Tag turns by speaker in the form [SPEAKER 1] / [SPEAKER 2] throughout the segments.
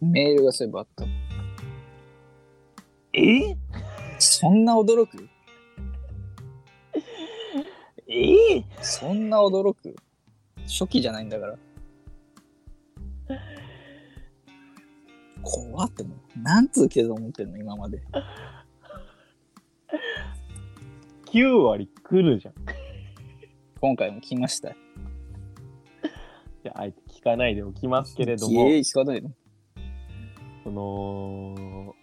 [SPEAKER 1] メールがそういえばあった。
[SPEAKER 2] え
[SPEAKER 1] そんな驚く
[SPEAKER 2] え
[SPEAKER 1] そんな驚く初期じゃないんだから。怖ってもう。何通来てると思ってんの、今まで。
[SPEAKER 2] ?9 割来るじゃん。
[SPEAKER 1] 今回も来ました。
[SPEAKER 2] じゃあ、あえて聞かないでおきますけれど
[SPEAKER 1] い
[SPEAKER 2] も
[SPEAKER 1] えいえ、聞かないの。
[SPEAKER 2] その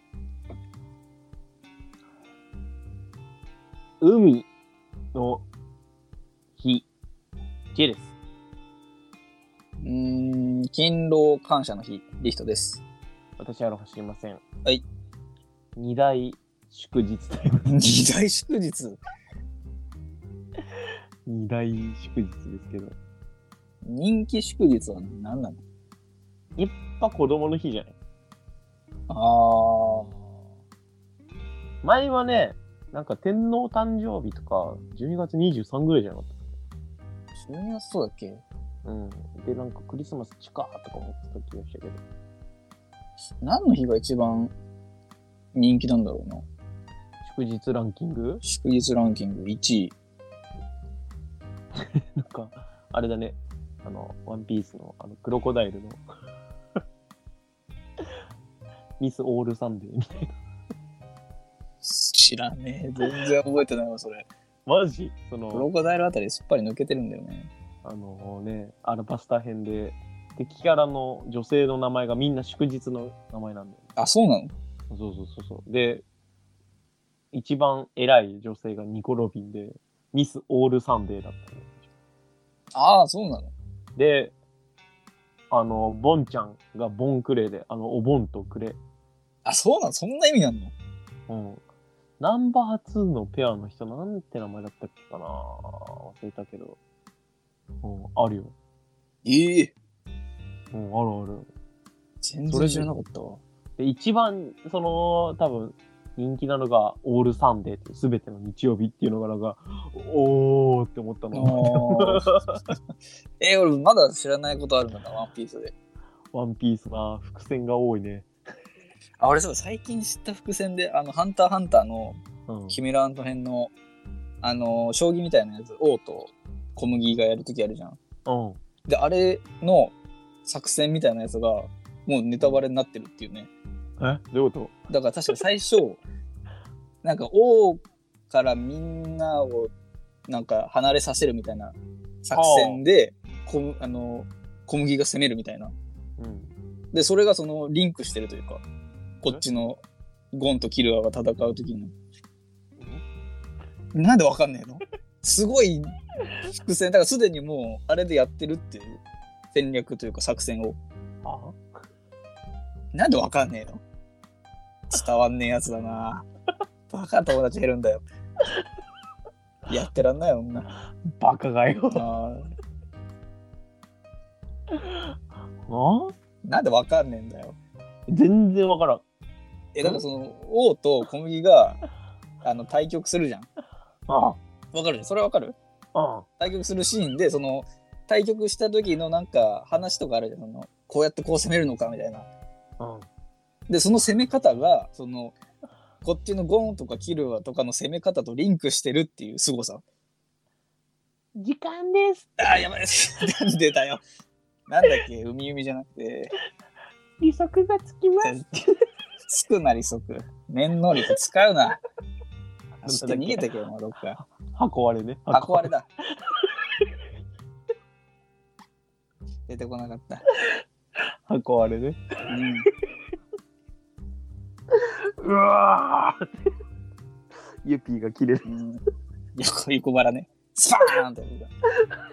[SPEAKER 2] 海の日日です
[SPEAKER 1] うーん、勤労感謝の日、リヒトです。
[SPEAKER 2] 私はあの走りません
[SPEAKER 1] はい
[SPEAKER 2] 二大祝日という
[SPEAKER 1] 二 大祝日
[SPEAKER 2] 二大祝日ですけどやっ
[SPEAKER 1] 人気祝日は何なの
[SPEAKER 2] ぱ子供の日じゃない
[SPEAKER 1] あ
[SPEAKER 2] 前はねなんか天皇誕生日とか12月23ぐらいじゃなかっ
[SPEAKER 1] あ、12月そうだっけ
[SPEAKER 2] たうんでなんかクリスマス近ーとか思ってた気がしたけど
[SPEAKER 1] 何の日が一番人気なんだろうな。
[SPEAKER 2] 祝日ランキング
[SPEAKER 1] 祝日ランキング1位。
[SPEAKER 2] なんか、あれだね、あの、ワンピースの、あの、クロコダイルの、ミス・オール・サンデーみたいな。
[SPEAKER 1] 知らねえ。全然覚えてないわ、それ。
[SPEAKER 2] マジそ
[SPEAKER 1] ク
[SPEAKER 2] の、
[SPEAKER 1] ロコダイルあたりすっぱり抜けてるんだよね。
[SPEAKER 2] あのね、アルバスター編で、敵キャラの女性の名前がみんな祝日の名前なんだよ、ね。
[SPEAKER 1] あ、そうなの
[SPEAKER 2] そうそうそうそう。で、一番偉い女性がニコ・ロビンで、ミス・オール・サンデーだったのよ
[SPEAKER 1] ああ、そうなの
[SPEAKER 2] で、あの、ボンちゃんがボンクレで、あの、お盆とクレ。
[SPEAKER 1] あ、そうなのそんな意味なの
[SPEAKER 2] うん。ナンバー2のペアの人、なんて名前だったっけかな忘れたけど。うん、あるよ。
[SPEAKER 1] ええ
[SPEAKER 2] うん、あるある。
[SPEAKER 1] 全然知らなかったわ。
[SPEAKER 2] で、一番、その、多分、人気なのが、オールサンデーって、すべての日曜日っていうのが、なんか、おーって思った
[SPEAKER 1] あ
[SPEAKER 2] の。
[SPEAKER 1] ー え、俺まだ知らないことあるんだな、ワンピースで。
[SPEAKER 2] ワンピースな、伏線が多いね。
[SPEAKER 1] あ、俺そう、最近知った伏線で、あの、ハンターハンターの
[SPEAKER 2] うん。
[SPEAKER 1] キメラアント編の、あの、将棋みたいなやつ、王と小麦がやるときやるじゃん。
[SPEAKER 2] うん。
[SPEAKER 1] で、あれの作戦みたいなやつが、もうネタバレになってるっていうね。
[SPEAKER 2] えどういうこ
[SPEAKER 1] だから確か最初、なんか王からみんなをなんか離れさせるみたいな作戦で、こあの小麦が攻めるみたいな。
[SPEAKER 2] とうん。
[SPEAKER 1] で、それがそのリンクしてるというか、こっちのゴンとキルアが戦う時の。なんでわかんねえのすごい伏線。だからすでにもうあれでやってるっていう戦略というか作戦を。
[SPEAKER 2] あ
[SPEAKER 1] なんでわかんねえの伝わんねえやつだな。バカな友達減るんだよ。やってらんないよ、女。あ
[SPEAKER 2] バカがよ。
[SPEAKER 1] ー
[SPEAKER 2] あ
[SPEAKER 1] なんでわかんねえんだよ。
[SPEAKER 2] 全然わからん。
[SPEAKER 1] え、だからその、王と小麦が、あの、対局するじゃん。
[SPEAKER 2] あ
[SPEAKER 1] わかるそれわかる
[SPEAKER 2] あ。
[SPEAKER 1] 対局するシーンで、その、対局した時のなんか話とかあるじゃん。その、こうやってこう攻めるのかみたいな。
[SPEAKER 2] うん。
[SPEAKER 1] で、その攻め方が、その、こっちのゴーンとかキルアとかの攻め方とリンクしてるっていう凄さ。
[SPEAKER 2] 時間です。
[SPEAKER 1] あー、やばい。なんでだよ。なんだっけ、海海じゃなくて、
[SPEAKER 2] 利息がつきま
[SPEAKER 1] つくな利息、念能力使うな。走って逃げてけよ、もうどっか。
[SPEAKER 2] 箱割れね。
[SPEAKER 1] 箱割れだ。出てこなかった。
[SPEAKER 2] 箱割れね。
[SPEAKER 1] うん。
[SPEAKER 2] うわーユピーが切れる。
[SPEAKER 1] うん、横横腹ね。スパーンってやるから。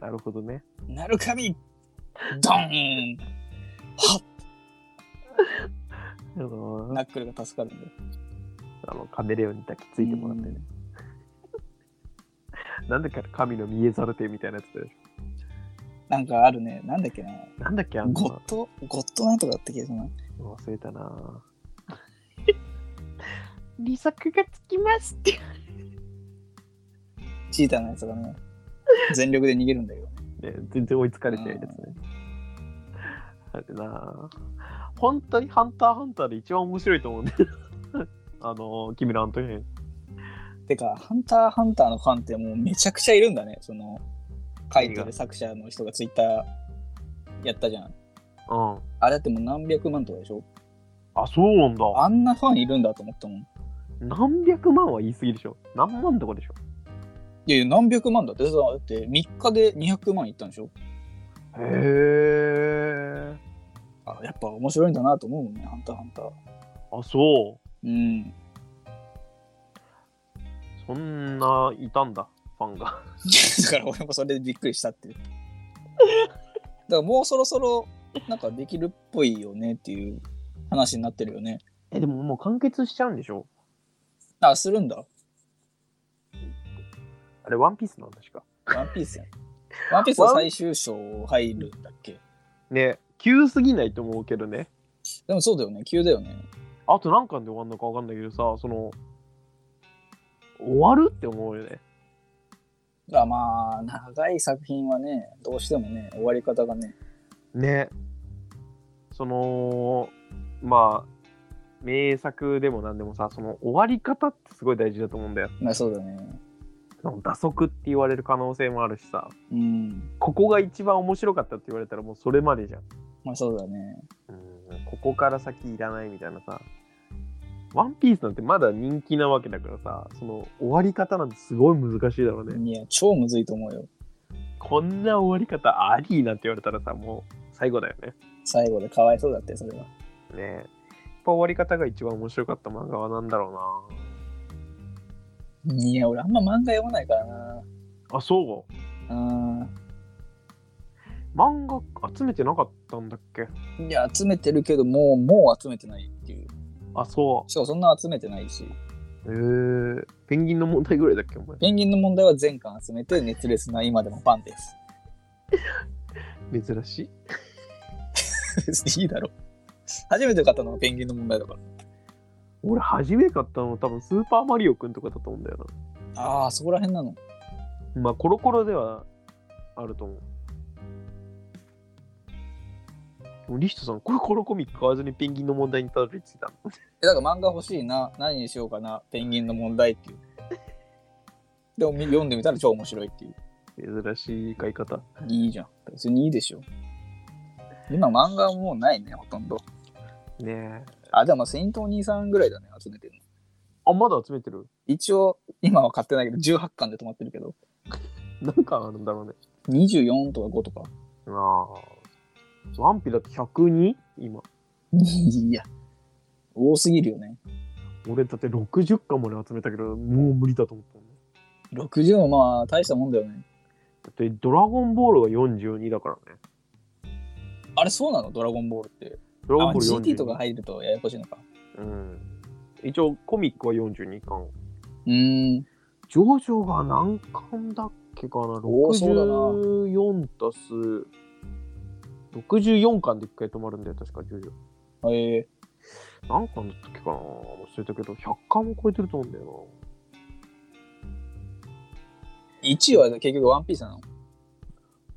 [SPEAKER 2] なるほどね。
[SPEAKER 1] なるかみドーンはっ
[SPEAKER 2] あの
[SPEAKER 1] ナックルが助かるんだよ。
[SPEAKER 2] あのカメレオンに抱きついてもらってね。なんだっけ神の見えざる手みたいなやつだよ
[SPEAKER 1] なんかあるね。なんだっけな。
[SPEAKER 2] なんだっけあん
[SPEAKER 1] ゴ
[SPEAKER 2] の
[SPEAKER 1] ッド、ゴッドなんとかだった気がするな。
[SPEAKER 2] 忘れたな
[SPEAKER 3] 利息がつきますって。
[SPEAKER 1] チーターのやつがね、全力で逃げるんだけど。
[SPEAKER 2] ね、全然追いつかれてないやつね。あれなあ本当にハンターハンターで 一番面白いと思うんだよ。あの、キムラアント編。
[SPEAKER 1] てか、ハンターハンターのファンってもうめちゃくちゃいるんだね。その、書いてる作者の人がツイッターやったじゃん。
[SPEAKER 2] うん。
[SPEAKER 1] あれだってもう何百万とかでしょ
[SPEAKER 2] あ、そうなんだ。
[SPEAKER 1] あんなファンいるんだと思ったもん。い
[SPEAKER 2] 何百万は言い過ぎでしょ。何万とかでしょ。
[SPEAKER 1] やいや、何百万だって。だって3日で200万いったんでしょ
[SPEAKER 2] へえ。
[SPEAKER 1] あやっぱ面白いんだなと思うもんね、ハンターハンター。
[SPEAKER 2] あ、そ
[SPEAKER 1] う
[SPEAKER 2] う。
[SPEAKER 1] ん。
[SPEAKER 2] そんないたんだ、ファンが。
[SPEAKER 1] だから俺もそれでびっくりしたっていう。だからもうそろそろなんかできるっぽいよねっていう話になってるよね。
[SPEAKER 2] え、でももう完結しちゃうんでしょ
[SPEAKER 1] あ、するんだ。
[SPEAKER 2] あれ、ワンピースなんだしか。
[SPEAKER 1] ワンピースやん。ワンピースは最終章入るんだっけ
[SPEAKER 2] ね、急すぎないと思うけどね。
[SPEAKER 1] でもそうだよね、急だよね。
[SPEAKER 2] あと何巻で終わるのか分かんないけどさ、その、終わるって思うよね。
[SPEAKER 1] だからまあ、長い作品はね、どうしてもね、終わり方がね。
[SPEAKER 2] ね。その、まあ、名作でも何でもさ、その終わり方ってすごい大事だと思うんだよ。
[SPEAKER 1] まあそうだね。
[SPEAKER 2] その打足って言われる可能性もあるしさ、
[SPEAKER 1] うん。
[SPEAKER 2] ここが一番面白かったって言われたらもうそれまでじゃん。
[SPEAKER 1] まあそうだね。
[SPEAKER 2] うん、ここから先いらないみたいなさ。ワンピースなんてまだ人気なわけだからさ、その終わり方なんてすごい難しいだろうね。
[SPEAKER 1] いや、超むずいと思うよ。
[SPEAKER 2] こんな終わり方ありなんて言われたらさ、もう最後だよね。
[SPEAKER 1] 最後でかわいそうだって、それは。
[SPEAKER 2] ねえ。やっぱ終わり方が一番面白かった漫画はなんだろう
[SPEAKER 1] いや、俺あんま漫画読まないからな。
[SPEAKER 2] な。あ、そう
[SPEAKER 1] うん。
[SPEAKER 2] 漫画集めてなかったんだっけ
[SPEAKER 1] いや、集めてるけど、もう、もう集めてないっていう。
[SPEAKER 2] あ、そ
[SPEAKER 1] しかもそんな集めてないし、
[SPEAKER 2] う。へえペンギンの問題ぐらいだっけお前。
[SPEAKER 1] ペンギンの問題は全巻集めて、熱烈な今でもファンです。
[SPEAKER 2] 珍しい。
[SPEAKER 1] 別にいいだろ。初めて買ったのはペンギンの問題だから。
[SPEAKER 2] 俺、初め買ったの多分スーパーマリオくんとかだと思うんだよ
[SPEAKER 1] ああ、そこら辺なの。
[SPEAKER 2] な。まあ、コロコロではあると思う。でもリヒトさん、これコロコミック買わずにペンギンの問題にたどり着いたの。
[SPEAKER 1] え、だから漫画欲しいな。何にしようかな。ペンギンの問題っていう。でもみ読んでみたら超面白いっていう。
[SPEAKER 2] 珍しい買い方。
[SPEAKER 1] いいじゃん。別にいいでしょ。今漫画はもうないね、ほとんど。
[SPEAKER 2] ねえ。
[SPEAKER 1] あ、でもまあセイントお兄さんぐらいだね、集めてるの。
[SPEAKER 2] あ、まだ集めてる
[SPEAKER 1] 一応、今は買ってないけど、18巻で止まってるけど、
[SPEAKER 2] なんかあるんだろうね。
[SPEAKER 1] 24とか5とか。
[SPEAKER 2] ああ。ワンピだって 102? 今。
[SPEAKER 1] いや、多すぎるよね。
[SPEAKER 2] 俺だって60巻まで集めたけど、もう無理だと思ったもんね。
[SPEAKER 1] 60もまあ大したもんだよね。
[SPEAKER 2] だってドラゴンボールが42だからね。
[SPEAKER 1] あれそうなのドラゴンボールって。
[SPEAKER 2] ドラゴ
[SPEAKER 1] あ
[SPEAKER 2] ンボール
[SPEAKER 1] GT
[SPEAKER 2] 42。
[SPEAKER 1] とか入るとややこしいのか。
[SPEAKER 2] うん。一応コミックは42巻。
[SPEAKER 1] うーん。
[SPEAKER 2] ジョジョが何巻だっけかな
[SPEAKER 1] おーそうだな
[SPEAKER 2] ?64 足す。64巻で一回止まるんだよ、確かジョジョ。
[SPEAKER 1] ええ
[SPEAKER 2] 何巻だったっけかな忘れたけど、100巻も超えてると思うんだよな。
[SPEAKER 1] 1位は結局ワンピースなの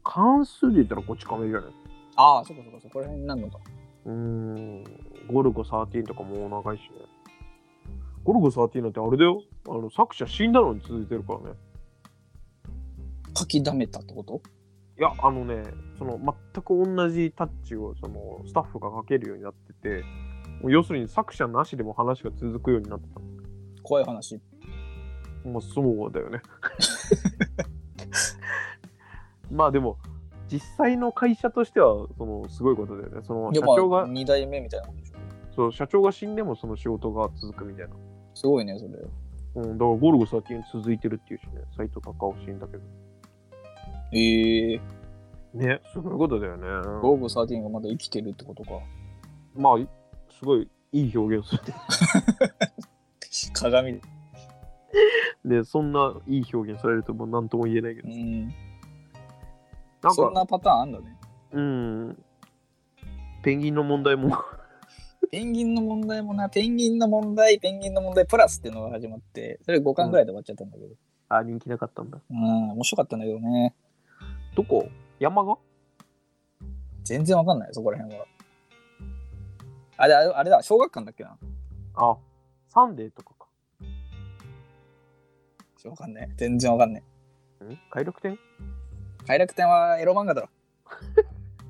[SPEAKER 2] 関数で言ったらこっち亀じゃない
[SPEAKER 1] ああ、そこそこそこら辺になるのか。
[SPEAKER 2] うーん、ゴルゴ13とかもう長いしね。ゴルゴ13なんてあれだよ。あの作者死んだのに続いてるからね。
[SPEAKER 1] 書きだめたってこと
[SPEAKER 2] いや、あのね、その全く同じタッチをそのスタッフがかけるようになってて、もう要するに作者なしでも話が続くようになってた。
[SPEAKER 1] 怖い話。
[SPEAKER 2] まあ、そうだよ ね。まあでも、実際の会社としてはそのすごいことだよね。その
[SPEAKER 1] で
[SPEAKER 2] 社
[SPEAKER 1] も
[SPEAKER 2] 長が、
[SPEAKER 1] 2代目みたいなことでしょ。
[SPEAKER 2] そう社長が死んでもその仕事が続くみたいな。
[SPEAKER 1] すごいね、それ。
[SPEAKER 2] うん、だからゴルゴ13続いてるっていうしね、斎藤隆夫死んだけど。
[SPEAKER 1] ええー。
[SPEAKER 2] ね、すごいことだよね。
[SPEAKER 1] ゴーゴ13がまだ生きてるってことか。
[SPEAKER 2] まあ、いすごいいい表現する。
[SPEAKER 1] 鏡で。
[SPEAKER 2] で、そんないい表現されるともう何とも言えないけど
[SPEAKER 1] う。ん。
[SPEAKER 2] なん
[SPEAKER 1] そん
[SPEAKER 2] か、
[SPEAKER 1] なパターンあんだね。
[SPEAKER 2] うん、ペンギンの問題も、
[SPEAKER 1] ペンギンの問題もな、ペンギンの問題、ペンギンの問題プラスっていうのが始まって、それ5巻ぐらいで終わっちゃったんだけど。
[SPEAKER 2] あ、人気なかったんだ。
[SPEAKER 1] うん、面白かったんだけどね。
[SPEAKER 2] どこ山が
[SPEAKER 1] 全然わかんない、そこら辺は。あれ、あれあれだ、小学館だっけな。
[SPEAKER 2] あ、サンデーとかか。
[SPEAKER 1] わかんない。全然わかんない。
[SPEAKER 2] ん快楽天
[SPEAKER 1] 快楽天はエロ漫画だろ。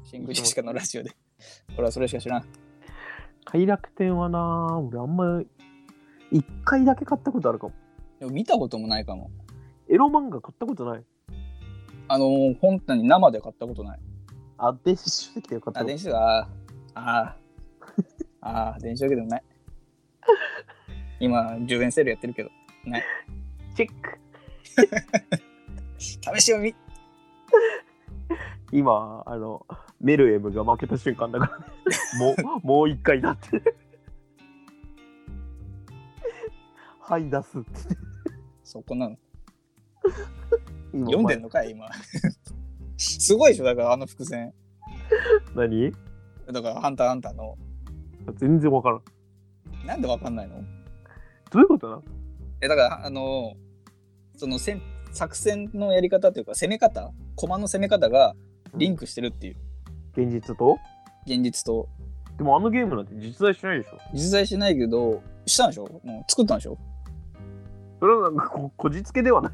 [SPEAKER 1] 新宮シカのラジオで。俺はそれしか知らん。
[SPEAKER 2] 快楽天はな、俺あんま、一回だけ買ったことあるかも。
[SPEAKER 1] でも見たこともないかも。
[SPEAKER 2] エロ漫画買ったことない。
[SPEAKER 1] あのー、本当に生で買ったことない。
[SPEAKER 2] あ、電子書籍でよかった
[SPEAKER 1] あ、
[SPEAKER 2] の
[SPEAKER 1] 電子書が、ああ、ああ、電子書籍でもない。今、10円セールやってるけど、
[SPEAKER 2] チェック
[SPEAKER 1] 試し読み
[SPEAKER 2] 今、あの、メルエムが負けた瞬間 だから、ね、もう、もう一回だって。はい、出すって。
[SPEAKER 1] そう、こんなの。
[SPEAKER 2] 今
[SPEAKER 1] 読んでんのかい、今。 すごいでしょ、だからあの伏線。
[SPEAKER 2] お前何
[SPEAKER 1] だから、ハンターハンターの。
[SPEAKER 2] 全然わからん。
[SPEAKER 1] なんでわかんないの
[SPEAKER 2] どういうことなの
[SPEAKER 1] えだからあのその戦作戦のやり方というか攻め方駒の攻め方がリンクしてるっていう、
[SPEAKER 2] 現実と
[SPEAKER 1] 現実と
[SPEAKER 2] でもあのゲームなんて実在しないでしょ
[SPEAKER 1] 実在しないけどしたんでしょもう作ったんでしょ
[SPEAKER 2] それはなんかここじつけではない。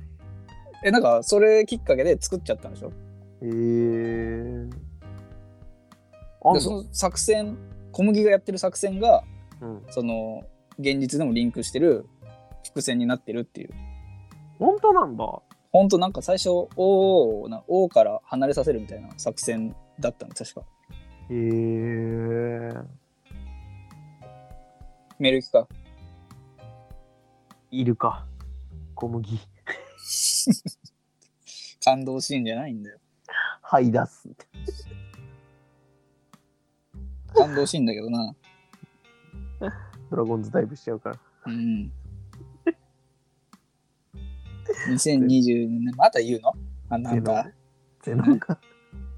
[SPEAKER 1] えなんかそれきっかけで作っちゃったんでしょ
[SPEAKER 2] へえー。あ
[SPEAKER 1] で
[SPEAKER 2] んの
[SPEAKER 1] その作戦小麦がやってる作戦が
[SPEAKER 2] うん、
[SPEAKER 1] その現実でもリンクしてる伏線になってるっていう
[SPEAKER 2] 本当なんだ。
[SPEAKER 1] ほんとなんか最初「王をな王から離れさせるみたいな作戦だったの確か
[SPEAKER 2] へえー。
[SPEAKER 1] メール行くか
[SPEAKER 2] いるか。小麦。
[SPEAKER 1] 感動シーンじゃないんだよ
[SPEAKER 2] はい、出すって。
[SPEAKER 1] 感動シーンだけどな
[SPEAKER 2] ドラゴンズダイブしちゃうから。
[SPEAKER 1] うん。2020年、また言うのあんなハンター。
[SPEAKER 2] ゼノンが、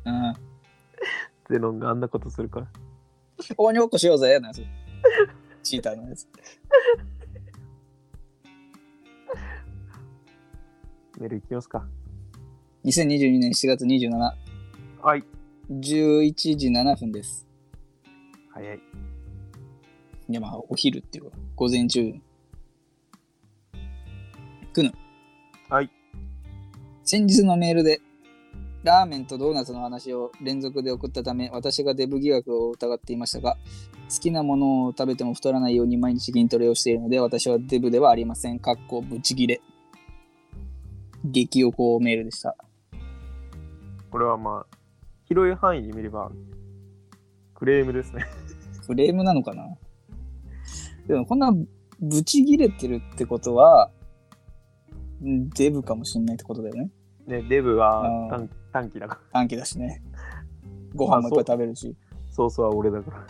[SPEAKER 1] うん。
[SPEAKER 2] ゼノンがあんなことするから。
[SPEAKER 1] 鬼ごっこしようぜ、なやつ。チーターのやつ。
[SPEAKER 2] メールいきますか。
[SPEAKER 1] 2022年7月27、
[SPEAKER 2] はい。
[SPEAKER 1] 11時7分です。
[SPEAKER 2] 早い。
[SPEAKER 1] いや、まあ、お昼っていうか、午前中。くぬ。
[SPEAKER 2] はい。
[SPEAKER 1] 先日のメールで、ラーメンとドーナツの話を連続で送ったため、私がデブ疑惑を疑っていましたが、好きなものを食べても太らないように毎日筋トレをしているので、私はデブではありません。かっこブチギレ。激おこメールでした。
[SPEAKER 2] これはまあ、広い範囲で見れば、クレームですね。
[SPEAKER 1] フレームなのかなでも、こんなブチギレてるってことは、んデブかもしんないってことだよね。
[SPEAKER 2] ね、デブは
[SPEAKER 1] あー
[SPEAKER 2] 短短期だから。
[SPEAKER 1] 短期だしね。ご飯もいっぱい食べるし、
[SPEAKER 2] そうそうは俺だから。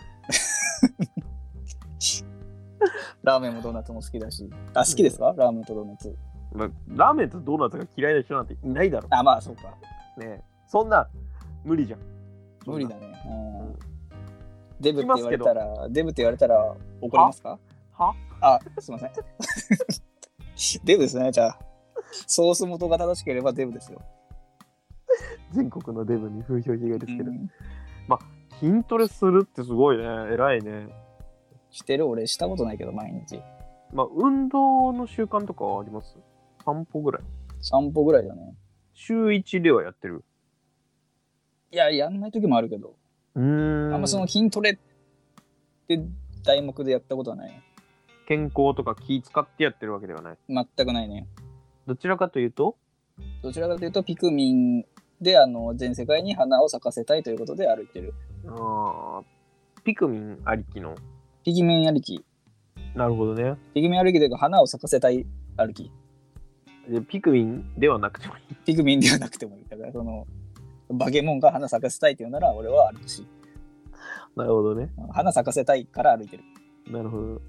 [SPEAKER 1] ラーメンもドーナツも好きだし。あ、好きですか、ラーメンとドーナツ。
[SPEAKER 2] まあラーメンとドーナツが嫌いな人なんていないだろ
[SPEAKER 1] あ、まあ、そうか。
[SPEAKER 2] うね。そんな、無理じゃん。
[SPEAKER 1] 無理だね。
[SPEAKER 2] う
[SPEAKER 1] うんん、デブって言われたら、デブって言われたら怒りますか
[SPEAKER 2] は
[SPEAKER 1] あ、すいません。 デブですね、じゃあ。ソース元が正しければデブですよ。
[SPEAKER 2] 全国のデブに風評被害で
[SPEAKER 1] う
[SPEAKER 2] すけど、
[SPEAKER 1] ん、
[SPEAKER 2] 筋トレするってすごいね偉いね
[SPEAKER 1] してる俺、したことないけど、毎日。
[SPEAKER 2] まあ運動の習慣とかはあります散歩ぐらい
[SPEAKER 1] 散歩ぐらいだね。
[SPEAKER 2] 週1ではやってる
[SPEAKER 1] いや、やんない時もあるけど、
[SPEAKER 2] うーん
[SPEAKER 1] あんまその筋トレって題目でやったことはない。
[SPEAKER 2] 健康とか気使ってやってるわけではない
[SPEAKER 1] 全くないね。
[SPEAKER 2] どちらかというと
[SPEAKER 1] どちらかというと、ピクミンであの全世界に花を咲かせたいということで歩いてる。
[SPEAKER 2] あーピクミンありきの
[SPEAKER 1] ピクミン歩き。
[SPEAKER 2] なるほどね
[SPEAKER 1] ピクミン歩きというか、花を咲かせたい歩き。
[SPEAKER 2] でピクミンではなくてもいい
[SPEAKER 1] ピクミンではなくてもいい。だから、その、バケモンが花咲かせたいっていうなら、俺は歩くし、
[SPEAKER 2] なるほどね
[SPEAKER 1] 花咲かせたいから歩いてる。
[SPEAKER 2] なるほど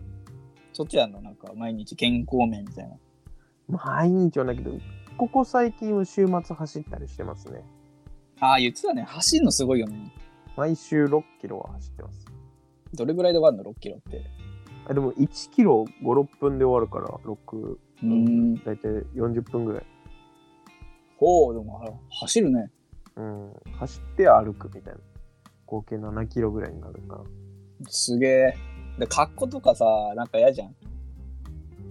[SPEAKER 1] そっちはあの、なんか、毎日健康面みたいな。
[SPEAKER 2] 毎日はないけどここ最近は週末走ったりしてますね
[SPEAKER 1] ああ、言ってたね。走るのすごいよね。
[SPEAKER 2] 毎週6キロは走ってます
[SPEAKER 1] どれぐらいで終わるの ?6 キロって。
[SPEAKER 2] あでも1キロ56分で終わるから6
[SPEAKER 1] うーん。
[SPEAKER 2] 大体40分ぐらい
[SPEAKER 1] ほう、でも、あ走るね。
[SPEAKER 2] うん、走って歩くみたいな。合計7キロぐらいになるかな。
[SPEAKER 1] すげえ。で、格好とかさ、なんか嫌じゃん。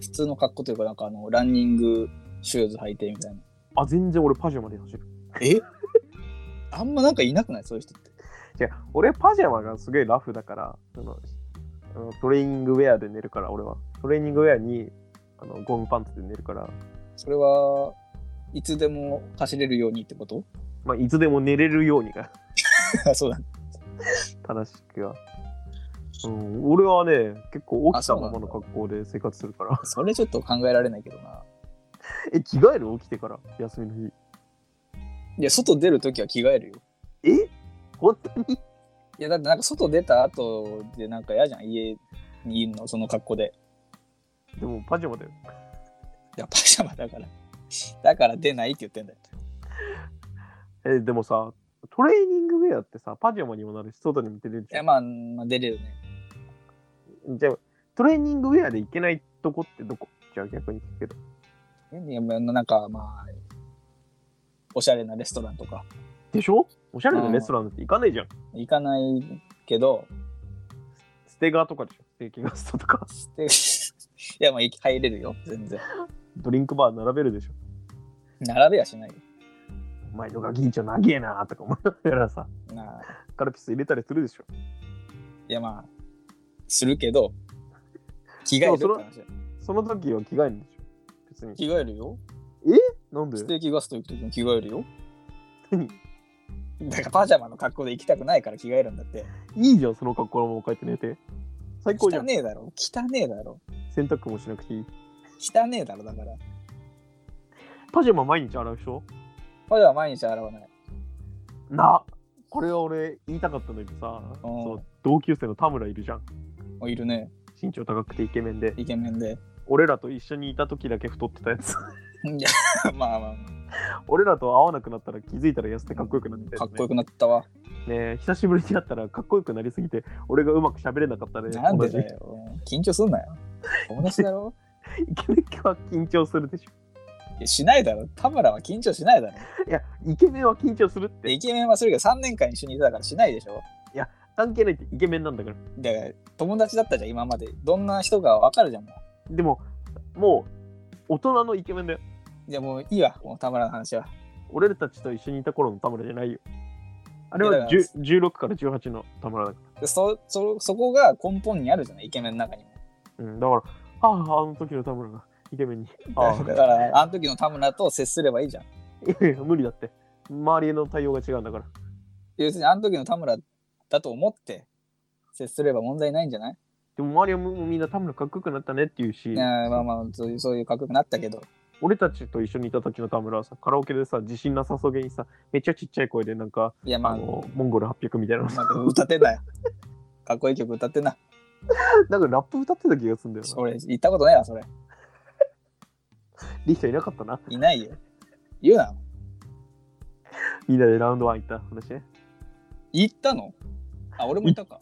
[SPEAKER 1] 普通の格好というか、なんかあの、ランニングシューズ履いてみたいな。
[SPEAKER 2] あ、全然俺パジャマで走る。
[SPEAKER 1] えあんまなんかいなくないそういう人って。
[SPEAKER 2] 違う、俺パジャマがすごいラフだから、そのあのトレーニングウェアで寝るから、俺は。トレーニングウェアにあのゴムパンツで寝るから、
[SPEAKER 1] それはいつでも走れるようにってこと
[SPEAKER 2] まあ、いつでも寝れるようにが
[SPEAKER 1] そうだ、ね、
[SPEAKER 2] 正しくは。うん、俺はね、結構起きたまま
[SPEAKER 1] あそうなん
[SPEAKER 2] の
[SPEAKER 1] だ
[SPEAKER 2] 格好で生活するから。
[SPEAKER 1] それちょっと考えられないけどな。
[SPEAKER 2] え、着替える起きてから、休みの日。
[SPEAKER 1] いや、外出るときは着替えるよ。
[SPEAKER 2] え本当に
[SPEAKER 1] いや、だってなんか外出た後でなんか嫌じゃん。家にいるの、その格好で。
[SPEAKER 2] でもパジャマだよ。
[SPEAKER 1] いや、パジャマだから。だから出ないって言ってんだよ。
[SPEAKER 2] え、でもさ、トレーニングウェアってさ、パジャマにもなるし、外にも出れる
[SPEAKER 1] い
[SPEAKER 2] じゃ
[SPEAKER 1] や、
[SPEAKER 2] ん。
[SPEAKER 1] まあ、まあ、出れるね。
[SPEAKER 2] じゃあ、トレーニングウェアで行けないとこってどこじゃあ逆に聞くけど。
[SPEAKER 1] いや、まあなんかまあ、おしゃれなレストランとか
[SPEAKER 2] でしょおしゃれなレストランだって行かないじゃん。
[SPEAKER 1] 行かないけど、
[SPEAKER 2] ステガーとかでしょステーキガストとか。
[SPEAKER 1] で いや、まあ、行き入れるよ、全然。
[SPEAKER 2] ドリンクバー並べるでしょ。
[SPEAKER 1] 並べはしないよ。
[SPEAKER 2] お前のガキンチョ長えなとか 思いながらさ、
[SPEAKER 1] なあ
[SPEAKER 2] カルピス入れたりするでしょ。
[SPEAKER 1] いや、まあ、するけど、着替えるって
[SPEAKER 2] でも
[SPEAKER 1] 話だよ
[SPEAKER 2] その時は着替えるんでしょ。別に。
[SPEAKER 1] 着替えるよ。
[SPEAKER 2] なんで
[SPEAKER 1] ステーキガスト行くときも着替えるよ。
[SPEAKER 2] 何
[SPEAKER 1] だからパジャマの格好で行きたくないから着替えるんだって。
[SPEAKER 2] いいじゃん、その格好のまま帰って寝て。最高じゃ
[SPEAKER 1] 汚
[SPEAKER 2] ん。
[SPEAKER 1] ねえだろ。汚ねえだろ。
[SPEAKER 2] 洗濯もしなくていい。
[SPEAKER 1] 汚ねえだろ、だから。
[SPEAKER 2] パジャマ毎日洗うでしょ
[SPEAKER 1] パジャマ毎日洗わない。
[SPEAKER 2] なこれは俺言いたかったんだけどさ、その同級生の田村いるじゃん。
[SPEAKER 1] おいるね。
[SPEAKER 2] 身長高くてイケメンで。
[SPEAKER 1] イケメンで。
[SPEAKER 2] 俺らと一緒にいた時だけ太ってたやつ。
[SPEAKER 1] いや、まあまあ、
[SPEAKER 2] 俺らと会わなくなったら気づいたら痩せてかっこよくなってたやつ
[SPEAKER 1] か
[SPEAKER 2] ね
[SPEAKER 1] っこよくなったわ。
[SPEAKER 2] ねえ久しぶりに会ったらかっこよくなりすぎて俺がうまく喋れなかったね
[SPEAKER 1] なんで
[SPEAKER 2] 同
[SPEAKER 1] だよ。緊張すんなよ。友達だろ
[SPEAKER 2] じイケメンは 緊張するでしょ
[SPEAKER 1] いやしないだろ。田村は緊張しないだろ。
[SPEAKER 2] いやイケメンは緊張するっ
[SPEAKER 1] で
[SPEAKER 2] て
[SPEAKER 1] イケメンはするけど3年間一緒にいたからしないでしょ。
[SPEAKER 2] 関係ないってイケメンなんだから
[SPEAKER 1] だから友達だったじゃん、今まで。どんな人かわかるじゃん。も
[SPEAKER 2] でももう大人のイケメンだよ
[SPEAKER 1] うじゃあもういいわ、もう田村の話は。
[SPEAKER 2] 俺たちと一緒にいた頃の田村じゃないよあれ
[SPEAKER 1] いやだ
[SPEAKER 2] は
[SPEAKER 1] から
[SPEAKER 2] 10 16から18の田村だか
[SPEAKER 1] でそそそこが根本にあるじゃない、イケメンの中にも。
[SPEAKER 2] ら、うん、だからあああの時の田村がイケメンにああ
[SPEAKER 1] だから、あの時の田村と接すればいいじゃん。
[SPEAKER 2] いやいや無理だって周りへの対応が違うんだから
[SPEAKER 1] 要するに、あの時の田村だと思って接すれば問題ないんじゃない、
[SPEAKER 2] でも周りはもうみんな田村かっこよくなったねって言うし
[SPEAKER 1] いやまあまあ、そういうそういう格好になったけど。
[SPEAKER 2] 俺たちと一緒にいた時の田村はさ、カラオケでさ、自信なさそうげにさ、めっちゃちっちゃい声でなんか、
[SPEAKER 1] いや、
[SPEAKER 2] あ
[SPEAKER 1] まあ、
[SPEAKER 2] の、モンゴル800みたいな のさ、
[SPEAKER 1] まあ歌ってんだよ。かっこいい曲歌ってんな。
[SPEAKER 2] なんかラップ歌ってた気がするんだよ
[SPEAKER 1] 俺、行ったことないわ、それ。
[SPEAKER 2] な。リヒターいなかったな。
[SPEAKER 1] いないよ。言うな。
[SPEAKER 2] みんなでラウンドワン行った話ね。
[SPEAKER 1] 行ったのあ、俺も行ったか。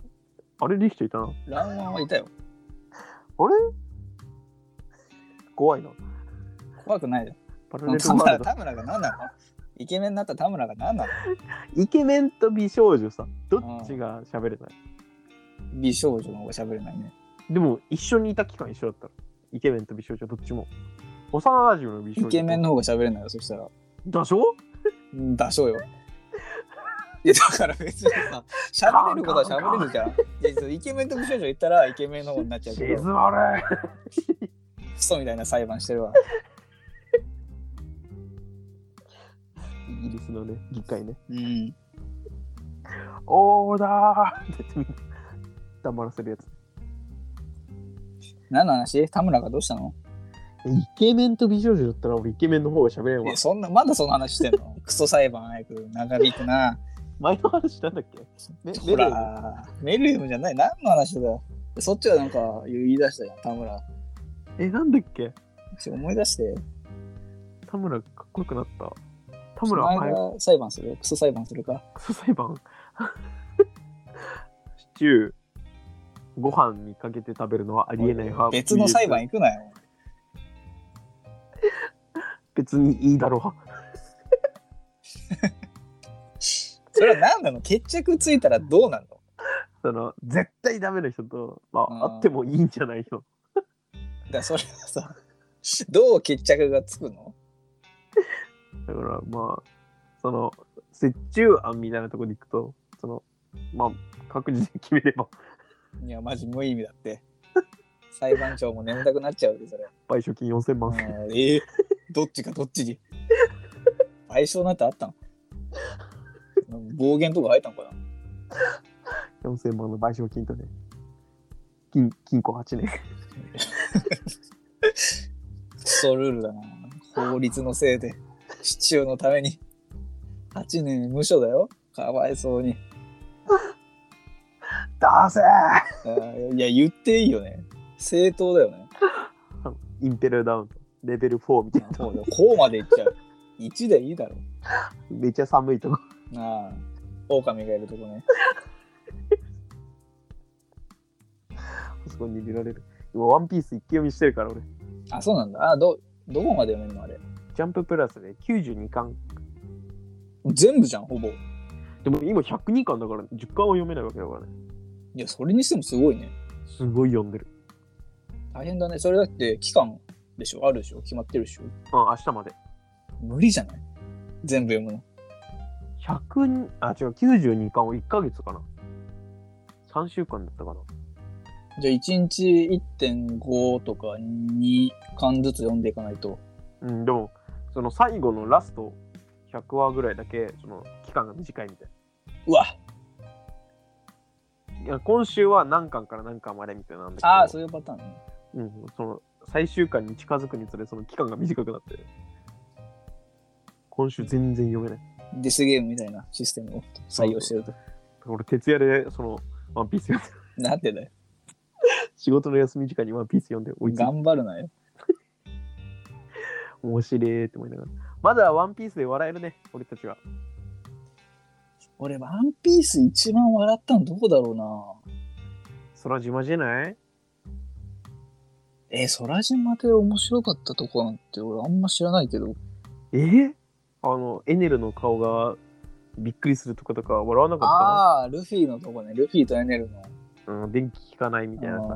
[SPEAKER 2] あれ、リヒターいたな。
[SPEAKER 1] ランワンはいたよ。
[SPEAKER 2] 怖いな。
[SPEAKER 1] 怖くないよ。
[SPEAKER 2] パラレルワ
[SPEAKER 1] 田村
[SPEAKER 2] ール
[SPEAKER 1] 田村が何なのイケメンになった田村が何なの
[SPEAKER 2] ド。イケメンと美少女さ、どっちが喋れない、
[SPEAKER 1] 美少女の方が喋れないね。
[SPEAKER 2] でも、一緒にいた期間一緒だったら。イケメンと美少女、どっちも。幼馴染の美少
[SPEAKER 1] イ
[SPEAKER 2] 女。
[SPEAKER 1] ケメンの方が喋れないよ、そしたら。
[SPEAKER 2] だしょ
[SPEAKER 1] うんだしょうよ。いやだから別にさ、喋れることは喋れるじゃん。いやそうイケメンと美少女言ったらイケメンの方になっちゃうけ
[SPEAKER 2] 静
[SPEAKER 1] ど、
[SPEAKER 2] まれ。
[SPEAKER 1] クソみたいな裁判してるわ。
[SPEAKER 2] イギリスのね、議会ね。
[SPEAKER 1] うん。
[SPEAKER 2] オーダーって言ってみんな黙らせるやつ。
[SPEAKER 1] 何の話田村がどうしたの
[SPEAKER 2] イケメンと美少女だったら俺イケメンの方が喋れん
[SPEAKER 1] い
[SPEAKER 2] わ
[SPEAKER 1] や。そんな、まだその話してんのクソ裁判早く長引くな。
[SPEAKER 2] 前の話なんだっけメ
[SPEAKER 1] ほら、メルヘムじゃない。何の話だよ。そっちはなんか言い出したじゃん、田村。
[SPEAKER 2] メルヘンえ、なんだっけ
[SPEAKER 1] ちょ思い出して。
[SPEAKER 2] 田村かっこよくなった。田
[SPEAKER 1] 田
[SPEAKER 2] 村は早
[SPEAKER 1] 村裁判するクソ裁判するか。
[SPEAKER 2] く裁判 シチュー、ご飯にかけて食べるのはありえない派。
[SPEAKER 1] 別の裁判
[SPEAKER 2] VS
[SPEAKER 1] 行くなよ。
[SPEAKER 2] 別にいいだろう派。
[SPEAKER 1] それは何なの決着ついたらどうなんの
[SPEAKER 2] その絶対ダメな人と、まあ、
[SPEAKER 1] あー
[SPEAKER 2] あってもいいんじゃない人
[SPEAKER 1] だからそれはさ、どう決着がつくの
[SPEAKER 2] だからまあその折衷案みたいなところでいくとそのまあ各自で決めれば
[SPEAKER 1] いや、マジ無意味だって。裁判長も眠たくなっちゃうで、それ。
[SPEAKER 2] 賠償金4000万、
[SPEAKER 1] うんえーどっちかどっちに。賠償なんてあったの暴言とか入ったのかな
[SPEAKER 2] 4000万の賠償金とね金金庫8年
[SPEAKER 1] クソルールだな。法律のせいで、市中のために。8年無所だよ。かわいそうに。
[SPEAKER 2] ダーセー
[SPEAKER 1] あーいや、言っていいよね。正当だよね。
[SPEAKER 2] インペルダウンとレベル4みたいな
[SPEAKER 1] こうまでいっちゃう。1でいいだろ。
[SPEAKER 2] めっちゃ寒いとこ
[SPEAKER 1] ああ、狼がいるとこね。
[SPEAKER 2] そこに入れられる今ワンピース一気読みしてるから俺
[SPEAKER 1] あ、そうなんだ。あ、ど、どこまで読めるのあれ。
[SPEAKER 2] ジャンププラスで92巻
[SPEAKER 1] 全部じゃん、ほぼ。い
[SPEAKER 2] でも今102巻だから10巻は読めないわけだからね
[SPEAKER 1] や、それにしてもすごいね。
[SPEAKER 2] すごい読んでる
[SPEAKER 1] 大変だね。それだって期間でしょあるでしょ決まってるでしょ
[SPEAKER 2] うん明日まで
[SPEAKER 1] 無理じゃない全部読むの。
[SPEAKER 2] 100あ違う92巻を1ヶ月かな3週間だったかな
[SPEAKER 1] じゃあ1日1.5とか2巻ずつ読んでいかないと。
[SPEAKER 2] うんでもその最後のラスト100話ぐらいだけその期間が短いみたいう
[SPEAKER 1] わ
[SPEAKER 2] ないや今週は何巻から何巻までみたいなんだけど
[SPEAKER 1] ああ、そういうパターンね。
[SPEAKER 2] うん、その最終巻に近づくにつれその期間が短くなって今週全然読めない
[SPEAKER 1] デスゲームみたいなシステムを採用してると。
[SPEAKER 2] 俺、徹夜で、その、ワンピース読んで、
[SPEAKER 1] なんでだよ。
[SPEAKER 2] 仕事の休み時間にワンピース読んで、おいつい、
[SPEAKER 1] 頑張るなよ。
[SPEAKER 2] 面白いって思いながら。まだワンピースで笑えるね、俺たちは。
[SPEAKER 1] 俺、ワンピース一番笑ったのどこだろうな。
[SPEAKER 2] 空島じゃない
[SPEAKER 1] えー、空島で面白かったとこなんて俺あんま知らないけど。
[SPEAKER 2] えあの、エネルの顔がびっくりするとことか笑わなか
[SPEAKER 1] ああ、ルフィのとこね。ルフィとエネルの。
[SPEAKER 2] ったの、うん、電気効かないみたいなさ。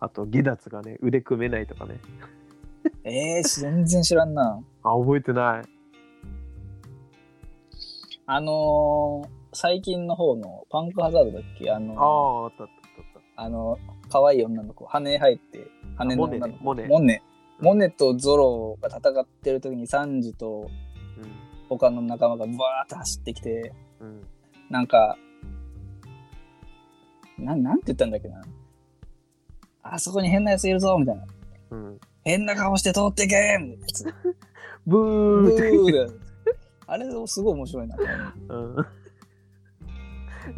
[SPEAKER 1] あ
[SPEAKER 2] あと、下脱がね、腕組めないとかね。
[SPEAKER 1] ーえー、全然知らんな。
[SPEAKER 2] あ、覚えてない。
[SPEAKER 1] あのー、最近の方のパンクハザードだっけあの
[SPEAKER 2] ああ、あったあったあったあっ
[SPEAKER 1] あの、可愛い女の子、羽生えて、羽の
[SPEAKER 2] モネ
[SPEAKER 1] 女の
[SPEAKER 2] ね
[SPEAKER 1] 子。
[SPEAKER 2] モネ
[SPEAKER 1] モネ。モネとゾロが戦ってる時にサンジと他の仲間がブワーって走ってきて、
[SPEAKER 2] うん。うん。
[SPEAKER 1] なんか、なん、なんて言ったんだっけな。あそこに変なやついるぞみたいな。
[SPEAKER 2] うん。
[SPEAKER 1] 変な顔して通ってけみたいなやつ。
[SPEAKER 2] ブ
[SPEAKER 1] ブ
[SPEAKER 2] ーって。
[SPEAKER 1] ーだよあれすごい面白いなと思って。
[SPEAKER 2] うん。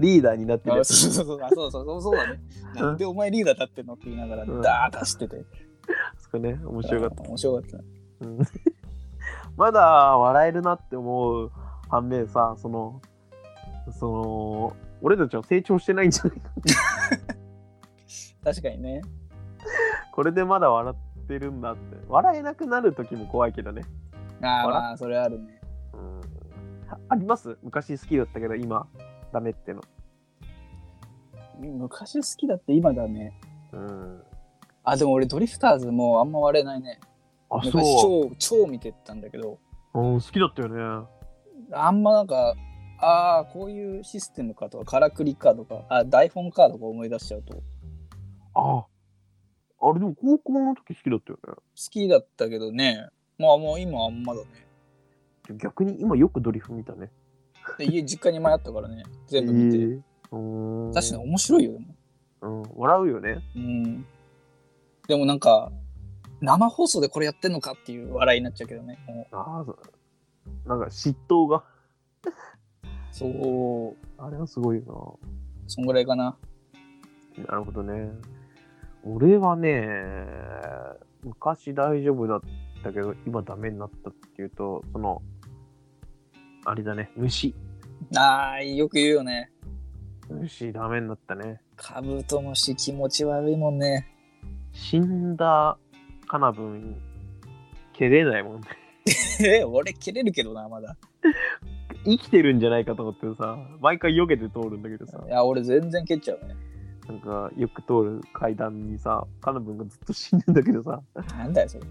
[SPEAKER 2] リーダーになってる
[SPEAKER 1] あ
[SPEAKER 2] やつ。
[SPEAKER 1] そうそうそうあそうそうそうそうだね。なんでお前リーダー立ってんのって言いながら
[SPEAKER 2] うん
[SPEAKER 1] ダーッ出してて。
[SPEAKER 2] そこね、面白かった。
[SPEAKER 1] 面白かった。
[SPEAKER 2] うんまだ笑えるなって思う反面さそのその俺たちは成長してないんじゃないか
[SPEAKER 1] 確かにね。
[SPEAKER 2] これでまだ笑ってるんだって笑えなくなる時も怖いけどね、
[SPEAKER 1] ああ
[SPEAKER 2] あら
[SPEAKER 1] まあそれあるね。
[SPEAKER 2] うん、ああります昔好きだったけど今ダメっての、
[SPEAKER 1] 昔好きだって今だね。
[SPEAKER 2] うん、
[SPEAKER 1] あでも俺ドリフターズもあんま割れないね。
[SPEAKER 2] あ
[SPEAKER 1] 昔
[SPEAKER 2] そ
[SPEAKER 1] 超超見てたんだけど、
[SPEAKER 2] う、うん、好きだったよね
[SPEAKER 1] あんまなんかああこういうシステムかとかからくりかとかあ台本かとか思い出しちゃうと好
[SPEAKER 2] ああれでも高校の時好きだったよ
[SPEAKER 1] きだったけどね。まあもう今あんまだね。
[SPEAKER 2] ね逆に今よくドリフ見たね
[SPEAKER 1] で家実家に迷ったからね。全部見て。
[SPEAKER 2] えーうん
[SPEAKER 1] 確かに面白いよでも。
[SPEAKER 2] うん、笑うよね
[SPEAKER 1] うん。でもなんか、生放送でこれやってんのかっていう笑いになっちゃうけどね。も
[SPEAKER 2] ああそうなんか嫉妬が
[SPEAKER 1] うそう、
[SPEAKER 2] あれはすごいよ
[SPEAKER 1] そんぐらいかな。
[SPEAKER 2] な。なるほどね。俺はね、昔大丈夫だったけど、今ダメになったっていうと、その、あれだね、虫。
[SPEAKER 1] ああ、よく言うよね。
[SPEAKER 2] 虫ダメになったね。
[SPEAKER 1] カブトムシ気持ち悪いもんね。
[SPEAKER 2] 死んだカナブン、蹴れないもんね。
[SPEAKER 1] え、俺切れるけどな、まだ。
[SPEAKER 2] 生きてるんじゃないかと思ってさ、毎回避けて通るんだけどさ
[SPEAKER 1] い、や、俺全然蹴っちゃうね。
[SPEAKER 2] なんかよく通る階段にさ、カナブンがずっと死んでんだけどさ、
[SPEAKER 1] なんだよ、それ。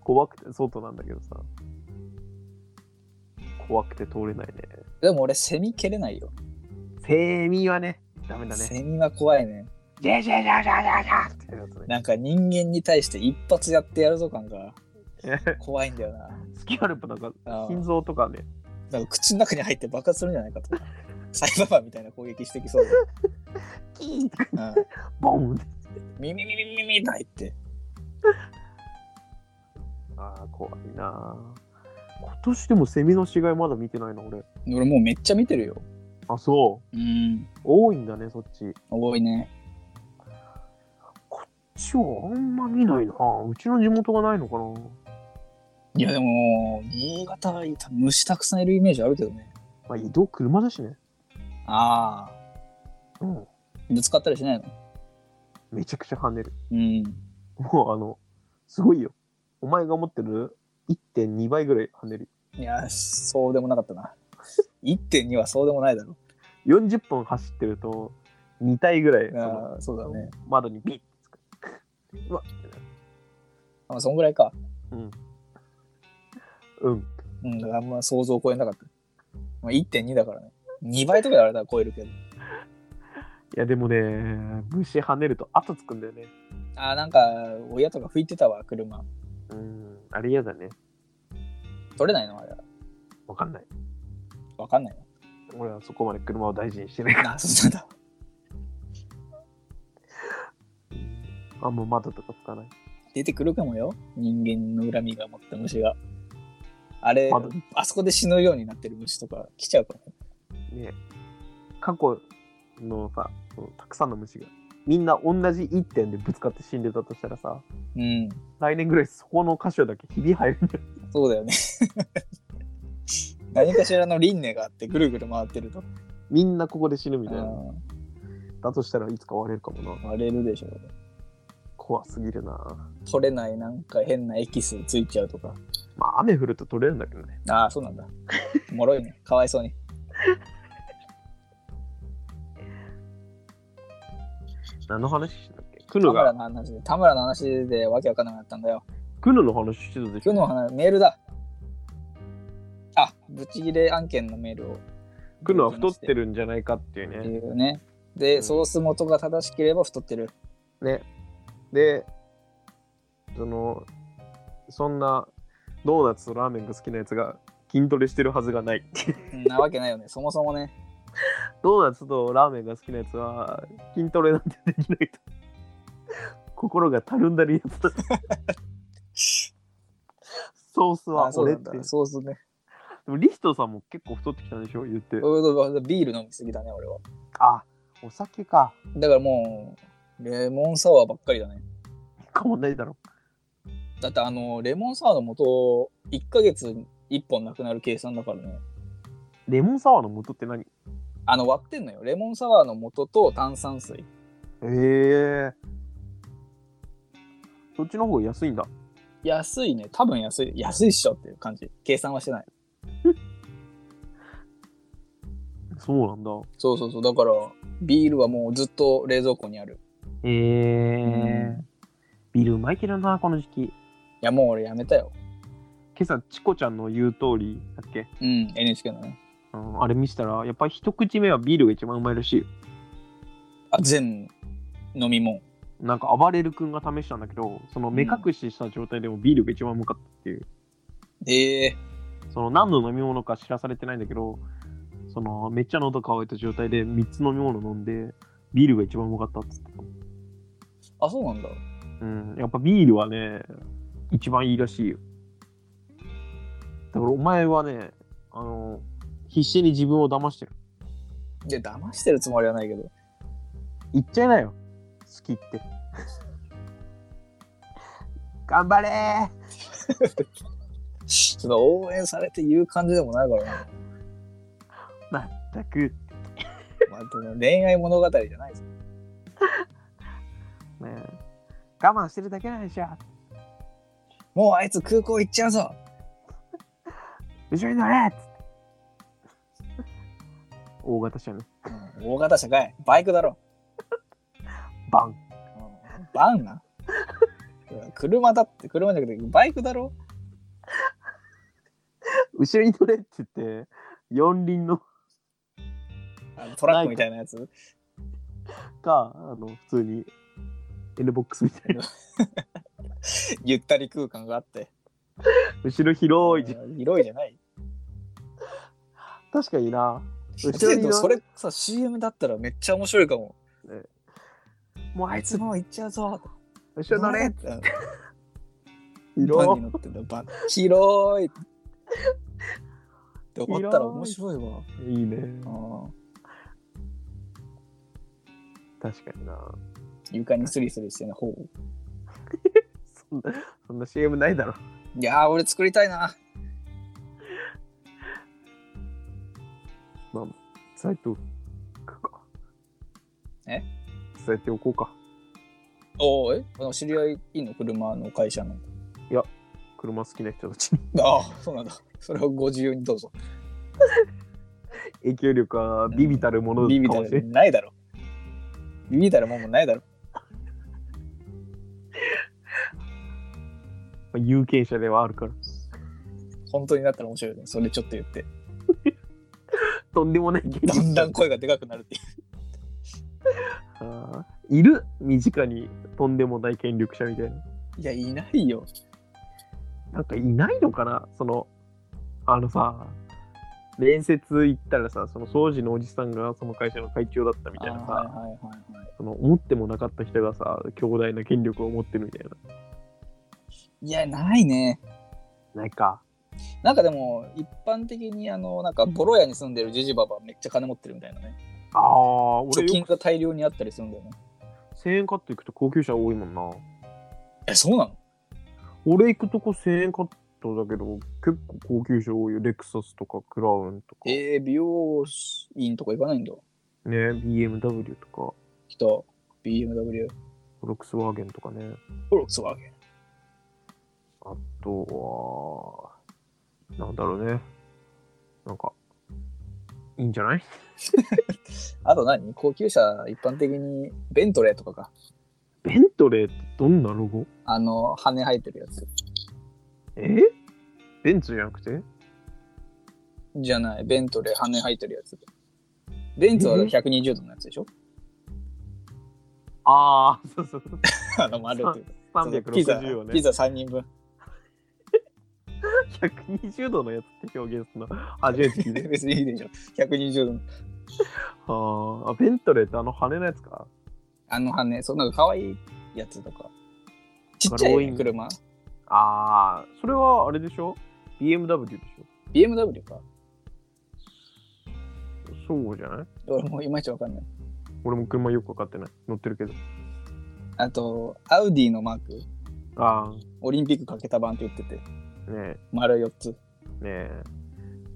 [SPEAKER 2] 怖くて、外なんだけどさ、怖くて通れないね。
[SPEAKER 1] でも俺、セミ蹴れないよ。
[SPEAKER 2] セミはね、ダメだね。
[SPEAKER 1] セミは怖いね。
[SPEAKER 2] ジェジェジェジェジェジェってやつね。
[SPEAKER 1] なんか人間に対して一発やってやるぞ感が怖いんだよな。
[SPEAKER 2] スキャルプなんか
[SPEAKER 1] あー
[SPEAKER 2] 心臓とかね、
[SPEAKER 1] なんか口の中に入って爆発するんじゃないか とか。サイバーマンみたいな攻撃してきそう
[SPEAKER 2] キーンって
[SPEAKER 1] だ。
[SPEAKER 2] ボンって。
[SPEAKER 1] うん。ミミミミミミミって入って。
[SPEAKER 2] ああ、怖いなー。今年でもセミの死骸まだ見てないな、俺。
[SPEAKER 1] 俺もうめっちゃ見てるよ。
[SPEAKER 2] あ、そう。
[SPEAKER 1] うん。
[SPEAKER 2] 多いんだね、そっち。
[SPEAKER 1] 多いね。
[SPEAKER 2] 一応あんま見ないな。うちの地元がないのかな。
[SPEAKER 1] いやでも、新潟はいた虫たくさんいるイメージあるけどね。
[SPEAKER 2] まあ移動車だしね。
[SPEAKER 1] ああ。
[SPEAKER 2] うん。
[SPEAKER 1] ぶつかったりしないの
[SPEAKER 2] めちゃくちゃ跳ねる。
[SPEAKER 1] うん。
[SPEAKER 2] もうあの、すごいよ。お前が持ってる1.2倍ぐらい跳ねる。
[SPEAKER 1] いや、そうでもなかったな。1.2はそうでもないだろ。
[SPEAKER 2] 40分走ってると、2体ぐらい、その
[SPEAKER 1] ああ、そうだね。
[SPEAKER 2] 窓にビッてつく。うわってなる
[SPEAKER 1] あまあ、そんぐらいか。
[SPEAKER 2] うん。
[SPEAKER 1] うん、あんま想像を超えなかった。まあ、1.2だからね。2倍とかやられたら超えるけど。
[SPEAKER 2] いや、でもね、虫跳ねると後つくんだよね。
[SPEAKER 1] あーなんか親とか拭いてたわ車
[SPEAKER 2] うん。あれ嫌だね。
[SPEAKER 1] 取れないのあれは
[SPEAKER 2] わかんない。
[SPEAKER 1] 分かんない
[SPEAKER 2] 俺はそこまで車を大事にして ないから。
[SPEAKER 1] のあそうなんだ
[SPEAKER 2] あんま窓とかつかない。
[SPEAKER 1] 出てくるかもよ人間の恨みが持った虫があれ
[SPEAKER 2] 窓
[SPEAKER 1] あそこで死ぬようになってる虫とか来ちゃうかも
[SPEAKER 2] ね過去のさそのたくさんの虫がみんな同じ1点でぶつかって死んでたとしたらさ
[SPEAKER 1] うん
[SPEAKER 2] 来年ぐらいそこの箇所だけひび入るんじゃ ない
[SPEAKER 1] そうだよね 何かしらの輪廻があってぐるぐる回ってると
[SPEAKER 2] みんなここで死ぬみたいな
[SPEAKER 1] うん
[SPEAKER 2] だとしたらいつか割れるかもな
[SPEAKER 1] 割れるでしょ
[SPEAKER 2] 怖すぎるな
[SPEAKER 1] 取れないなんか変なエキスついちゃうとか
[SPEAKER 2] まあ雨降ると取れるんだけどね
[SPEAKER 1] ああそう なんだもろいねかわいそうに
[SPEAKER 2] 何の話してたっけク
[SPEAKER 1] 田
[SPEAKER 2] ヌ
[SPEAKER 1] 村
[SPEAKER 2] が
[SPEAKER 1] の話で田村の話でわけわかんなくなったんだよ
[SPEAKER 2] クヌの話してたでし
[SPEAKER 1] 今日
[SPEAKER 2] ょ
[SPEAKER 1] のお話メールだ。あ、ブチギレ案件のメールを。
[SPEAKER 2] クヌは太って
[SPEAKER 1] る
[SPEAKER 2] るんじゃないかっていう
[SPEAKER 1] って
[SPEAKER 2] ね
[SPEAKER 1] いうね。で、
[SPEAKER 2] うん
[SPEAKER 1] ソース元が正しければ太ってる。
[SPEAKER 2] ねでそのそんなドーナツとラーメンが好きなやつが筋トレしてるはずがない
[SPEAKER 1] うんなわけないよね。そもそもね。
[SPEAKER 2] ドーナツとラーメンが好きなやつは筋トレなんてできないと 心がたるんだるやつだソースは
[SPEAKER 1] あそう
[SPEAKER 2] 俺っ
[SPEAKER 1] なん
[SPEAKER 2] て
[SPEAKER 1] だ
[SPEAKER 2] で。
[SPEAKER 1] ソースね。
[SPEAKER 2] もリヒトさんも結構太ってきたんでしょ言って
[SPEAKER 1] うんビール飲みすぎだね、俺は。
[SPEAKER 2] あお酒か
[SPEAKER 1] だからもう、レモンサワーばっかりだね。
[SPEAKER 2] かもないだろ
[SPEAKER 1] だってあの、レモンサワーの元、1ヶ月1本なくなる計算だからね。
[SPEAKER 2] レモンサワーの元って何へ
[SPEAKER 1] あの、割ってんのよ。レモンサワーの元と炭酸水。
[SPEAKER 2] えそっちの方が安いんだ
[SPEAKER 1] 安いね。多分安い。安いっしょっていう感じ。計算はしてない。
[SPEAKER 2] そうなんだ
[SPEAKER 1] そうそうそう。だから、ビールはもうずっと冷蔵庫にある。
[SPEAKER 2] へ
[SPEAKER 1] う
[SPEAKER 2] えビールうまいけどなこの時期
[SPEAKER 1] いや、もう俺やめたよ。
[SPEAKER 2] 今朝チコちゃんの言う通りだっけ
[SPEAKER 1] うん、NHK のね。
[SPEAKER 2] うんあれ見せたら、やっぱり一口目はビールが一番うまいらしいよ。
[SPEAKER 1] あ、全飲み物。
[SPEAKER 2] なんか暴れる君が試したんだけど、その目隠しした状態でもビールが一番うまかったっていう。
[SPEAKER 1] ええ
[SPEAKER 2] その何の飲み物か知らされてないんだけど、そのめっちゃ喉乾いた状態で3つ飲み物飲んで、ビールが一番うまかったっつってた。
[SPEAKER 1] あ、そうなんだ。
[SPEAKER 2] うん、やっぱビールはね、一番いいらしいよ。だからお前はね、あの、必死に自分を騙してる。
[SPEAKER 1] いや、騙してるつもりはないけど。
[SPEAKER 2] 言っちゃいなよ。好きって。 頑張れー
[SPEAKER 1] ちょっと応援されて言う感じでもないからな。
[SPEAKER 2] まったく、
[SPEAKER 1] まあ、でも恋愛物語じゃないぞ。
[SPEAKER 2] ね、我慢してるだけなんでしょ。
[SPEAKER 1] もうあいつ空港行っちゃうぞ
[SPEAKER 2] 後ろに乗れっつって 大型車ね。
[SPEAKER 1] うん大型車かい。バイクだろ。
[SPEAKER 2] バン。
[SPEAKER 1] うんバンな。いや車だって、車じゃなくて、バイクだろ。
[SPEAKER 2] 後ろに乗れって言って、四輪の
[SPEAKER 1] あのトラックみたいなやつ。
[SPEAKER 2] か、あの、普通に N ボックスみたいな。
[SPEAKER 1] ゆったり空間があって。
[SPEAKER 2] 後ろ広いじゃん。
[SPEAKER 1] うん広いじゃない。
[SPEAKER 2] 確かにな。後ろ
[SPEAKER 1] け
[SPEAKER 2] に
[SPEAKER 1] ど、
[SPEAKER 2] 乗
[SPEAKER 1] それさ、CM だったらめっちゃ面白いかも。
[SPEAKER 2] もう
[SPEAKER 1] あ
[SPEAKER 2] あ
[SPEAKER 1] い
[SPEAKER 2] い
[SPEAKER 1] つ
[SPEAKER 2] つ、
[SPEAKER 1] もう行っちゃうぞ。
[SPEAKER 2] 後ろ乗れ
[SPEAKER 1] うんバン
[SPEAKER 2] 広
[SPEAKER 1] に
[SPEAKER 2] い。
[SPEAKER 1] 乗ってんだバン広いって思ったら面白いわ。
[SPEAKER 2] いいね。
[SPEAKER 1] うん
[SPEAKER 2] 確かにな。
[SPEAKER 1] 床にスリスリしてね、ほう。
[SPEAKER 2] そんな、そんな CM ないだろ。
[SPEAKER 1] いやー、俺作りたいな。
[SPEAKER 2] 伝えておくか。
[SPEAKER 1] え
[SPEAKER 2] 伝えておこうか。
[SPEAKER 1] おお、えあの知り合いいいの車の会社の。
[SPEAKER 2] 車好きな人たちに。
[SPEAKER 1] ああ、そうなんだ。それをご自由にどうぞ。
[SPEAKER 2] 影響力はビビたるもの
[SPEAKER 1] ビビ
[SPEAKER 2] か
[SPEAKER 1] た
[SPEAKER 2] もしれ
[SPEAKER 1] る
[SPEAKER 2] ん。
[SPEAKER 1] ないだろ。ビビたるもんもないだろ。
[SPEAKER 2] まあ有権者ではあるから。
[SPEAKER 1] 本当になったら面白いよね。それちょっと言って。
[SPEAKER 2] とんでもない権
[SPEAKER 1] だんだん
[SPEAKER 2] 力
[SPEAKER 1] 声がでかくなるっていう。
[SPEAKER 2] あーいる身近にとんでもない権力者みたいな。
[SPEAKER 1] いや、いないよ。
[SPEAKER 2] なんかいないのかなその、あのさ、面接行ったらさ、その掃除のおじさんがその会社の会長だったみたいな
[SPEAKER 1] あ
[SPEAKER 2] さ、
[SPEAKER 1] ーはいはいはいはい。
[SPEAKER 2] その思ってもなかった人がさ、強大な権力を持ってるみたい
[SPEAKER 1] いや、ないね。
[SPEAKER 2] な。ないか。
[SPEAKER 1] なんかでも、一般的に、あの、なんか、ボロ屋に住んでるジジババめっちゃ金持ってるみたいなね。
[SPEAKER 2] ああ、
[SPEAKER 1] 貯
[SPEAKER 2] 俺よ
[SPEAKER 1] 金が大量にあったりするんだよね。
[SPEAKER 2] 1000円買っていくと高級車多いもんな。
[SPEAKER 1] え、そうなの
[SPEAKER 2] 俺行くとこ1000円カットだけど、結構高級車多いよ。レクサスとかクラウンとか、ね、
[SPEAKER 1] えー、美容院とか行かないんだ。
[SPEAKER 2] BMW とか、
[SPEAKER 1] 来た。BMW。
[SPEAKER 2] フォルクスワーゲンとかね。
[SPEAKER 1] フォルクスワーゲン。
[SPEAKER 2] あとは、なんだろうね。なんか、いいんじゃない
[SPEAKER 1] あと何高級車、一般的に、ベントレーとかか。
[SPEAKER 2] ベントレーってどんなロゴ
[SPEAKER 1] あの、羽生えてるやつ。
[SPEAKER 2] えベンツじゃなくて
[SPEAKER 1] じゃない。ベントレー、羽生えてるやつ。ベンツは
[SPEAKER 2] え
[SPEAKER 1] 120度のやつでしょ
[SPEAKER 2] あ あ、そうそうそう。
[SPEAKER 1] あの、丸っていうか。ピザ
[SPEAKER 2] 360を、
[SPEAKER 1] ピ
[SPEAKER 2] ね、
[SPEAKER 1] ザ3人分。
[SPEAKER 2] 120度のやつって表現するの 初めて聞いて。
[SPEAKER 1] 別にいいでしょ。120度の。
[SPEAKER 2] あーあ、ベントレーってあの羽のやつか
[SPEAKER 1] あの羽、そう、なんか可愛いやつとか。ちっちゃ
[SPEAKER 2] ローイ
[SPEAKER 1] い
[SPEAKER 2] ン
[SPEAKER 1] 車
[SPEAKER 2] ああ、それはあれでしょ ?BMW でし
[SPEAKER 1] ?BMW か。
[SPEAKER 2] ょそうじゃない
[SPEAKER 1] 俺もいまいちわかんない。
[SPEAKER 2] 俺も車よくわかってない。乗ってるけど。
[SPEAKER 1] あと、アウディのマーク。
[SPEAKER 2] あ
[SPEAKER 1] オリンピックかけた版って言ってて。
[SPEAKER 2] あ、ね
[SPEAKER 1] 丸4つ。
[SPEAKER 2] え、ねえ。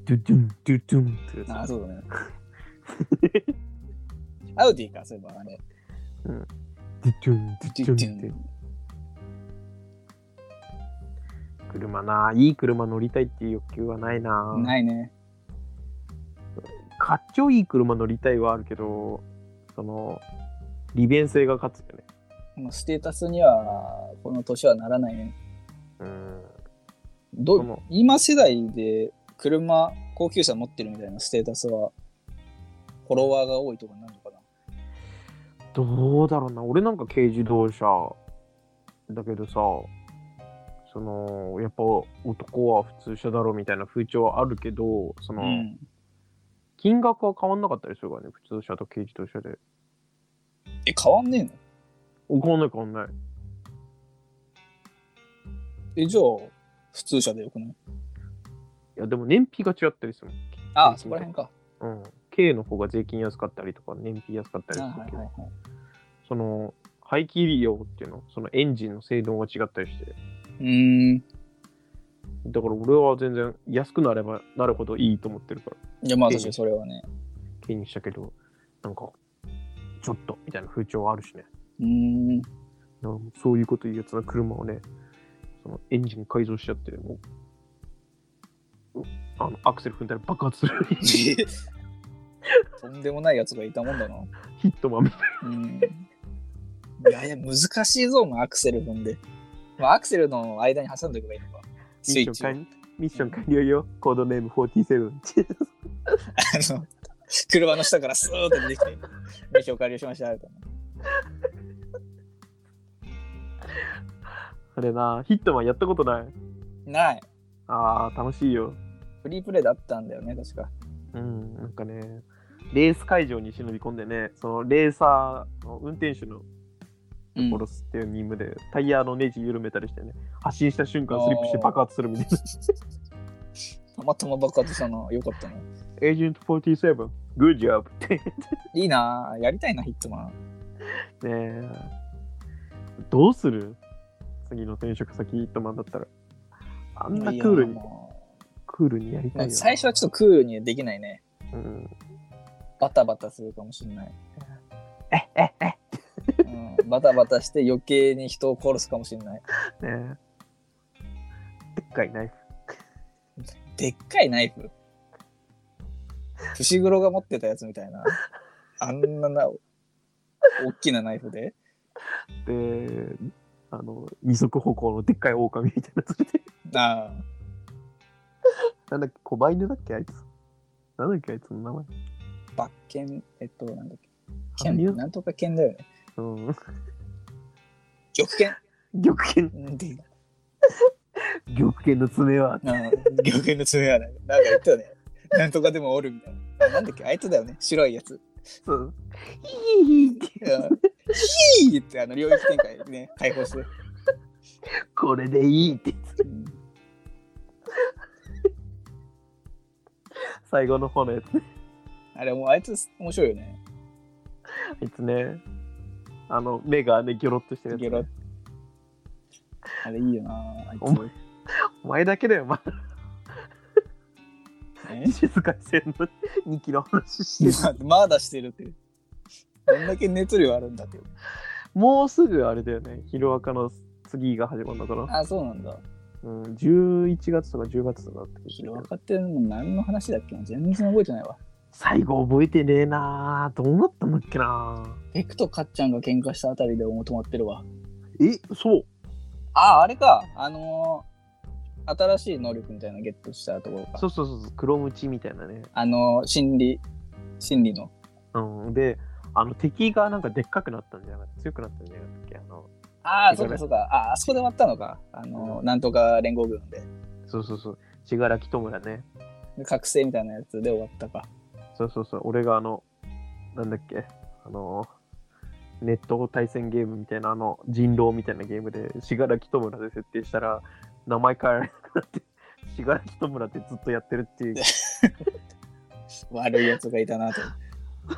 [SPEAKER 2] ドゥドゥン、ドゥドゥンってやつ
[SPEAKER 1] ああ、そうだ ね。アウディか、そういえばあれ。
[SPEAKER 2] ドゥドゥン、ドゥドゥンって。車なあ、いい車乗りたいっていう欲求はないなあ。
[SPEAKER 1] ないね。
[SPEAKER 2] かっちょいい車乗りたいはあるけど、その、利便性が勝つよね。
[SPEAKER 1] もうステータスには、この年はならないね。
[SPEAKER 2] うん。
[SPEAKER 1] ど
[SPEAKER 2] そうの
[SPEAKER 1] 今世代で車、高級車持ってるみたいなステータスは、フォロワーが多いとかになるのかな。
[SPEAKER 2] どうだろうな、俺なんか軽自動車だけどさ、その、やっぱ男は普通車だろみたいな風潮はあるけど、その、
[SPEAKER 1] うん。
[SPEAKER 2] 金額は変わんなかったりするからね、普通車と軽自動車で。
[SPEAKER 1] え、変わんねえの
[SPEAKER 2] お変わんない変わんない。
[SPEAKER 1] え、じゃあ、普通車でよくない
[SPEAKER 2] いや、でも燃費が違ったりする
[SPEAKER 1] ああ、そこら辺か。
[SPEAKER 2] もん。うん。軽の方が税金安かったりとか、燃費安かったり
[SPEAKER 1] は
[SPEAKER 2] す
[SPEAKER 1] いは
[SPEAKER 2] るけ
[SPEAKER 1] い
[SPEAKER 2] ど、
[SPEAKER 1] はいはい。
[SPEAKER 2] その、排気量っていうの、そのエンジンの性能が違ったりして、
[SPEAKER 1] うーん。
[SPEAKER 2] だから俺は全然安くなればなるほどいいと思ってるから、
[SPEAKER 1] いや、まあ確かにそれはね。
[SPEAKER 2] 気にしたけど、なんか、ちょっとみたいな風潮はあるしね。
[SPEAKER 1] うー ん。
[SPEAKER 2] だからそういうこと言うやつは車をね、そのエンジン改造しちゃって、も う、うあのアクセル踏んだら爆発する。
[SPEAKER 1] とんでもないやつがいたもんだな。
[SPEAKER 2] ヒットマンみたい
[SPEAKER 1] うん。いやいや、難しいぞ、お前アクセル踏んで。まあ、アクセルの間に挟んでおけばいいのか。
[SPEAKER 2] な
[SPEAKER 1] スイッ
[SPEAKER 2] ミッシ
[SPEAKER 1] チ
[SPEAKER 2] ョ
[SPEAKER 1] を
[SPEAKER 2] ン完ミッション完了よ。コードネーム47。
[SPEAKER 1] あの車の下からスーッと出てきて、目標完了しました。みたいな
[SPEAKER 2] それな、ヒットマンやったことない。
[SPEAKER 1] ない。
[SPEAKER 2] ああ、楽しいよ。
[SPEAKER 1] フリープレイだったんだよね、確か。
[SPEAKER 2] うん、なんかね、レース会場に忍び込んでね、そのレーサーの運転手の
[SPEAKER 1] うん
[SPEAKER 2] 殺すっていうミームで、タイヤのネジ緩めたりしてね、発進した瞬間スリップして爆発するみたいな。
[SPEAKER 1] たまたま爆発したのよかったな。
[SPEAKER 2] エージェント47、グッジョブって。
[SPEAKER 1] いいなぁやりたいな、ヒットマン。
[SPEAKER 2] ねえ。どうする次の転職先ヒットマンだったら。あんなクール
[SPEAKER 1] いや
[SPEAKER 2] に、
[SPEAKER 1] も
[SPEAKER 2] クールにやり
[SPEAKER 1] う
[SPEAKER 2] たいよ。
[SPEAKER 1] 最初はちょっとクールにはできないね。
[SPEAKER 2] うん。
[SPEAKER 1] バタバタするかもしれない。
[SPEAKER 2] えええ
[SPEAKER 1] うん、バタバタして余計に人を殺すかもしれない。
[SPEAKER 2] え。ねえ。でっかいナイフ。
[SPEAKER 1] でっかいナイフ。伏黒が持ってたやつみたいな。あんなな、大きなナイフで。
[SPEAKER 2] で、あの、二足歩行のでっかい狼みたいなやつで。
[SPEAKER 1] ああ、
[SPEAKER 2] なんだっけ、小犬だっけ、あいつ。なんだっけ、あいつの名前。
[SPEAKER 1] バッケン、えっと、なんだっけ。
[SPEAKER 2] あいや
[SPEAKER 1] 剣なんとか剣だよね。
[SPEAKER 2] うん。
[SPEAKER 1] 玉剣
[SPEAKER 2] 玉剣、
[SPEAKER 1] うんで
[SPEAKER 2] 玉剣の爪は。
[SPEAKER 1] あー玉剣の爪はない。なんか言ったよね。なんとかでもおるみたいな。なんだっけあいつだよね。白いやつ。
[SPEAKER 2] そう。ヒヒヒって
[SPEAKER 1] うんヒーってあの領域展開ね、解放して。
[SPEAKER 2] これでいいって。
[SPEAKER 1] うん
[SPEAKER 2] 最後の方のやつね。
[SPEAKER 1] あれ、もうあいつ面白いよね。
[SPEAKER 2] あいつね。あの、目がね、ギョロッとしてるやつ、
[SPEAKER 1] ゲロ。あれいいよな。あいつ
[SPEAKER 2] お前お前だけだよ、お前。
[SPEAKER 1] え
[SPEAKER 2] 静かにせんの。2キロ話してる。
[SPEAKER 1] ままだしてるっていう。どんだけ熱量あるんだっていう。
[SPEAKER 2] もうすぐあれだよね。ヒロアカの次が始まるんだから。
[SPEAKER 1] あ、そうなんだ。
[SPEAKER 2] うん、11月とか10月とかだった気
[SPEAKER 1] ヒ
[SPEAKER 2] が
[SPEAKER 1] ロ
[SPEAKER 2] す
[SPEAKER 1] ア
[SPEAKER 2] る
[SPEAKER 1] カってもう何の話だっけな全然覚えてないわ。
[SPEAKER 2] 最後覚えてねえなどうなったんだっけな
[SPEAKER 1] ペクとカッちゃんが喧嘩したあたりでもう止まってるわ。
[SPEAKER 2] え、そう。
[SPEAKER 1] あ、あれか。あのー新しい能力みたいなのゲットしたところか。
[SPEAKER 2] そうそうそうそう、黒ムチみたいなね。
[SPEAKER 1] あのー心理、心理の。
[SPEAKER 2] うん、で、あの敵がなんかでっかくなったんじゃなくて、強くなったんじゃなかったっけあの、
[SPEAKER 1] ああ、
[SPEAKER 2] そ
[SPEAKER 1] そうう
[SPEAKER 2] だ
[SPEAKER 1] かそうか。あ、あそこで終わったのか。あのーなんとか連合軍で。
[SPEAKER 2] そうそうそう、信楽智也ね。
[SPEAKER 1] で覚醒みたいなやつで終わったか。
[SPEAKER 2] そうそうそう、俺があの、なんだっけ、あの、ネット対戦ゲームみたいな、あの、人狼みたいなゲームで、信楽智也で設定したら、名前変えられなくなって、信楽智也ってずっとやってる っていう。
[SPEAKER 1] 悪いやつがいたなと。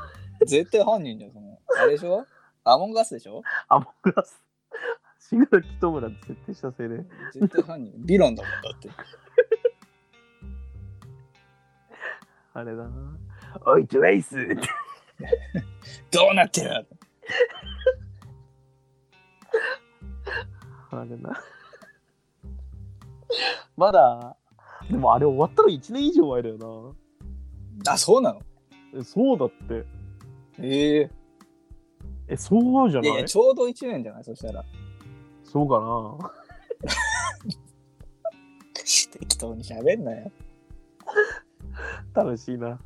[SPEAKER 1] 絶対犯人じゃん、その。あれでしょアモンガスでしょ
[SPEAKER 2] アモンガス。新垣智村って設定したせいで。
[SPEAKER 1] 絶対犯人。ヴィランだもんだって。
[SPEAKER 2] あれだな。おい、トゥエイス
[SPEAKER 1] どうなってる
[SPEAKER 2] あれな。まだ、でもあれ終わったの1年以上前だよ
[SPEAKER 1] あ、そうなの
[SPEAKER 2] な。えそうだって。
[SPEAKER 1] ええ
[SPEAKER 2] え、そうじゃ
[SPEAKER 1] い
[SPEAKER 2] ない
[SPEAKER 1] やいや、ちょうど1年じゃないそしたら。
[SPEAKER 2] そうか
[SPEAKER 1] 適当に喋んなよ。
[SPEAKER 2] な。楽しいな。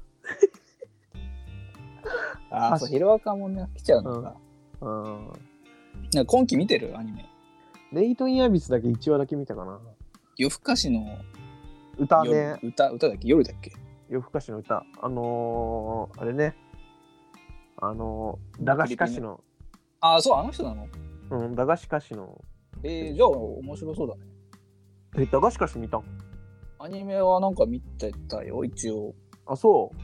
[SPEAKER 1] あ
[SPEAKER 2] 確
[SPEAKER 1] あ、そう、ヒロアカもね、来ちゃうのか。
[SPEAKER 2] うん。
[SPEAKER 1] なんか今期見てるアニメ。
[SPEAKER 2] レイト・イン・アビスだけ1話だけ見たかな。
[SPEAKER 1] 夜更かしの
[SPEAKER 2] 歌
[SPEAKER 1] 夜
[SPEAKER 2] ね。
[SPEAKER 1] 歌、歌だっけ夜だっけ
[SPEAKER 2] 夜更かしの歌。あのー、あれね。あのー、駄菓子歌手の、
[SPEAKER 1] ああ、そう、あの人なの
[SPEAKER 2] うん、駄菓子歌手の、
[SPEAKER 1] えー、じゃあ面白そうだね。
[SPEAKER 2] え、駄菓子歌手見た
[SPEAKER 1] アニメはなんか見てたよ、一応。
[SPEAKER 2] あ、そう。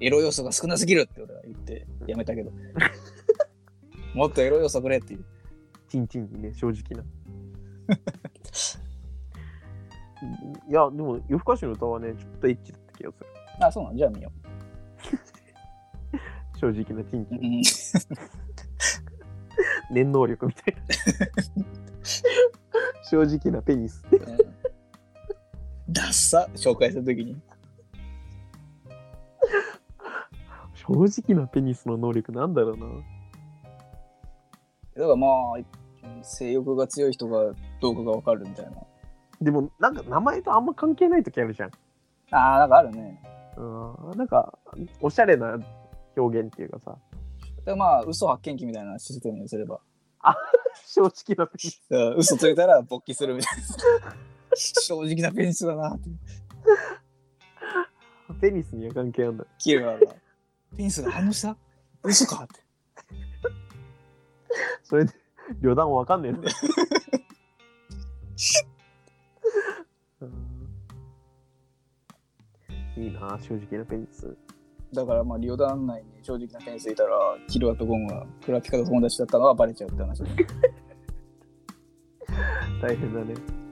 [SPEAKER 1] エロ要素が少なすぎるって俺は言ってやめたけど。 もっとエロ要素くれっていう。
[SPEAKER 2] チンチンにね、正直な。 いや、でも、夜更かしの歌はね、ちょっとエッチだった気がする。
[SPEAKER 1] あ、そうなのじゃあ見よ
[SPEAKER 2] 正直なチン
[SPEAKER 1] う。
[SPEAKER 2] チ
[SPEAKER 1] う
[SPEAKER 2] ン。
[SPEAKER 1] ん、
[SPEAKER 2] 念能力みたいな。 正直なペニス。
[SPEAKER 1] ダッサ、紹介するときに。
[SPEAKER 2] 正直なペニスの能力なんだろうな。
[SPEAKER 1] だからまあ、性欲が強い人がどうかがわかるみたいな。
[SPEAKER 2] でも、なんか名前とあんま関係ない時あるじゃん。
[SPEAKER 1] ああ、なんかあるね。
[SPEAKER 2] うん、なんか、おしゃれな表現っていうかさ、
[SPEAKER 1] だからまあ、嘘発見器みたいなシステムにすれば。
[SPEAKER 2] 正直なペニス。
[SPEAKER 1] だから嘘ついたら勃起するみたいな。 正直なペニスだなって。
[SPEAKER 2] ペニスには関係あるんだ。
[SPEAKER 1] キルアが。ペニスが反応した嘘かって。
[SPEAKER 2] それで、旅団わかんねえんだよ。うんいいな、正直なペニス。
[SPEAKER 1] だからまあ、リオ団内に正直なペニスいたら、キルアとゴンがクラピカと友達だったのはバレちゃうって話。
[SPEAKER 2] 大変だね。